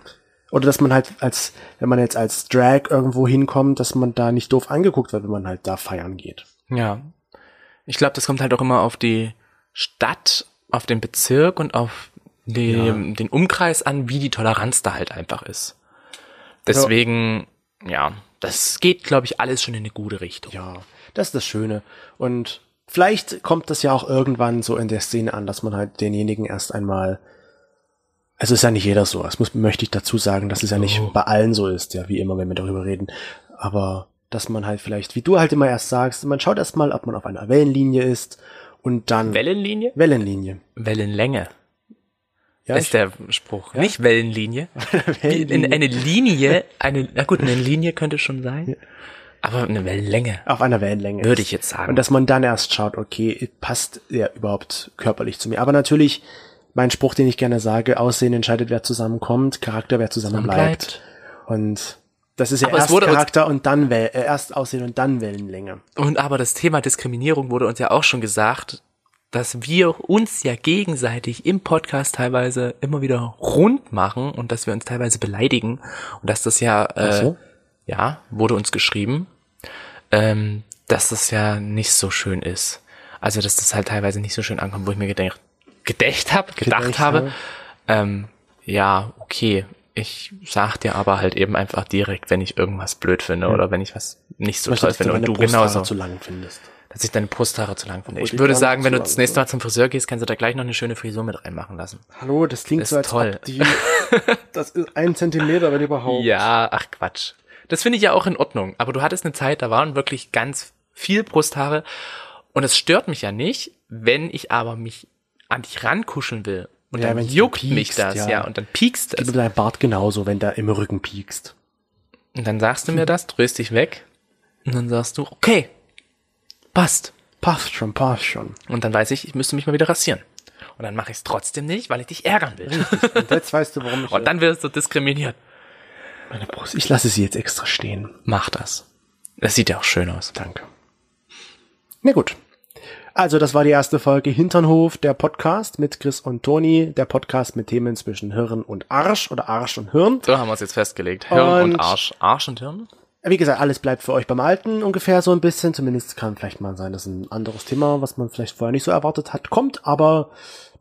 B: Oder dass man halt als, wenn man jetzt als Drag irgendwo hinkommt, dass man da nicht doof angeguckt wird, wenn man halt da feiern geht.
A: Ja. Ich glaube, das kommt halt auch immer auf die Stadt, auf den Bezirk und auf den, den Umkreis an, wie die Toleranz da halt einfach ist. Deswegen, ja, das geht, glaube ich, alles schon in eine gute Richtung.
B: Ja, das ist das Schöne. Und vielleicht kommt das ja auch irgendwann so in der Szene an, dass man halt denjenigen erst einmal. Also ist ja nicht jeder so. Das muss, möchte ich dazu sagen, dass es ja
A: Oh.
B: nicht bei allen so ist, ja, wie immer, wenn wir darüber reden. Aber dass man halt vielleicht, wie du halt immer erst sagst, man schaut erst mal, ob man auf einer Wellenlinie ist und dann
A: Wellenlinie?
B: Wellenlinie.
A: Wellenlänge
B: Ja,
A: ist der Spruch. Nicht Wellenlinie.
B: Wellenlinie.
A: In eine Linie, eine, na gut, eine Linie könnte schon sein. Aber eine Wellenlänge.
B: auf einer Wellenlänge
A: Würde
B: ist.
A: ich jetzt sagen.
B: Und dass man dann erst schaut, okay, passt er überhaupt körperlich zu mir. Aber natürlich, mein Spruch, den ich gerne sage, Aussehen entscheidet, wer zusammenkommt, Charakter, wer zusammen bleibt. Und das ist ja
A: Aber es
B: erst
A: wurde uns-
B: Charakter und dann Wel äh, erst Aussehen und dann Wellenlänge.
A: Und aber das Thema Diskriminierung wurde uns ja auch schon gesagt, dass wir uns ja gegenseitig im Podcast teilweise immer wieder rund machen und dass wir uns teilweise beleidigen und dass das ja, äh,
B: so.
A: ja, wurde uns geschrieben, ähm, dass das ja nicht so schön ist. Also dass das halt teilweise nicht so schön ankommt, wo ich mir gedacht, gedacht habe, gedacht
B: Gedächt
A: habe,
B: habe.
A: Ähm, ja, okay, Ich sag dir aber halt eben einfach direkt, wenn ich irgendwas blöd finde oder wenn ich was nicht so toll
B: dass
A: finde und
B: meine
A: du
B: Brusthaare
A: genauso,
B: zu lang findest.
A: dass ich deine Brusthaare zu lang finde.
B: Obwohl
A: Ich
B: die
A: würde
B: gar
A: sagen,
B: nicht
A: wenn
B: so
A: du das
B: lang
A: nächste Mal zum Friseur gehst, kannst du da gleich noch eine schöne Frisur mit reinmachen lassen.
B: Hallo, das klingt
A: Ist
B: so, als
A: toll.
B: ob die, das ist ein Zentimeter, wenn überhaupt.
A: Ja, ach Quatsch. Das finde ich ja auch in Ordnung. Aber du hattest eine Zeit, da waren wirklich ganz viel Brusthaare. Und es stört mich ja nicht, wenn ich aber mich an dich rankuscheln will. Und
B: Ja,
A: dann
B: wenn es
A: juckt
B: piekst,
A: mich das, ja.
B: ja.
A: Und dann piekst
B: Gib
A: es.
B: mir deinen Bart genauso, wenn der im Rücken piekst.
A: Und dann sagst du mir das, drehst dich weg. Und dann sagst du, okay, passt.
B: Passt schon, passt schon.
A: Und dann weiß ich, ich müsste mich mal wieder rasieren. Und dann mache ich es trotzdem nicht, weil ich dich ärgern will.
B: Und jetzt weißt du, warum ich...
A: Und Oh, dann wirst du diskriminiert.
B: meine Brust, ich lasse sie jetzt extra stehen.
A: Mach das. Das sieht ja auch schön aus.
B: Danke. Na gut. Also, das war die erste Folge Hinternhof, der Podcast mit Chris und Toni, der Podcast mit Themen zwischen Hirn und Arsch oder Arsch und Hirn.
A: So haben wir es jetzt festgelegt. Hirn und,
B: Und-
A: Arsch. Arsch und Hirn?
B: Wie gesagt, alles bleibt für euch beim Alten ungefähr so ein bisschen. Zumindest kann vielleicht mal sein, dass ein anderes Thema, was man vielleicht vorher nicht so erwartet hat, kommt, aber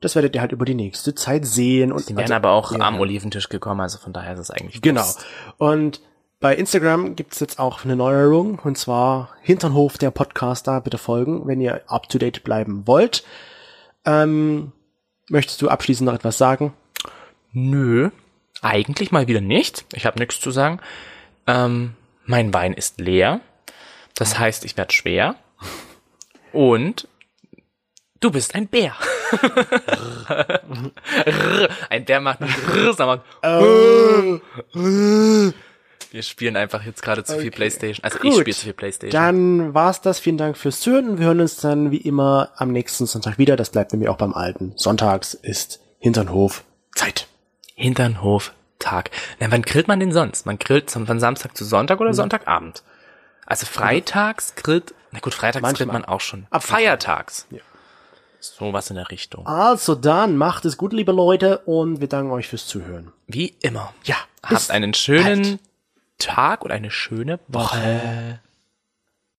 B: das werdet ihr halt über die nächste Zeit sehen. Und
A: Die wären aber auch am Oliventisch gekommen, also von daher ist es eigentlich
B: Genau.
A: Wurst.
B: Und bei Instagram gibt's jetzt auch eine Neuerung, und zwar Hinternhof, der Podcast, da bitte folgen, wenn ihr up-to-date bleiben wollt. Ähm, möchtest du abschließend noch etwas sagen?
A: Nö, eigentlich mal wieder nicht. Ich habe nichts zu sagen. Ähm, mein Wein ist leer. Das heißt, ich werde schwer. Und du bist ein Bär. Rrr. ein Bär macht nicht Rrr, sondern Äh, wir spielen einfach jetzt gerade zu viel Playstation. Also ich
B: Gut.
A: spiele zu viel Playstation.
B: Dann war's das. Vielen Dank fürs Zuhören. und Wir hören uns dann wie immer am nächsten Sonntag wieder. Das bleibt nämlich auch beim Alten. Sonntags ist Hinternhof Zeit.
A: Hinternhof Tag. Na, wann grillt man denn sonst? Man grillt zum- von Samstag zu Sonntag
B: Mhm.
A: oder Sonntagabend? Also freitags grillt, na gut, freitags
B: Manchmal.
A: grillt man auch schon.
B: Ab
A: feiertags.
B: Ja.
A: So was in der Richtung.
B: Also dann macht es gut, liebe Leute, und wir danken euch fürs Zuhören.
A: Wie immer.
B: Ja, bis
A: Habt einen schönen Tag und eine schöne Woche.
B: Woche.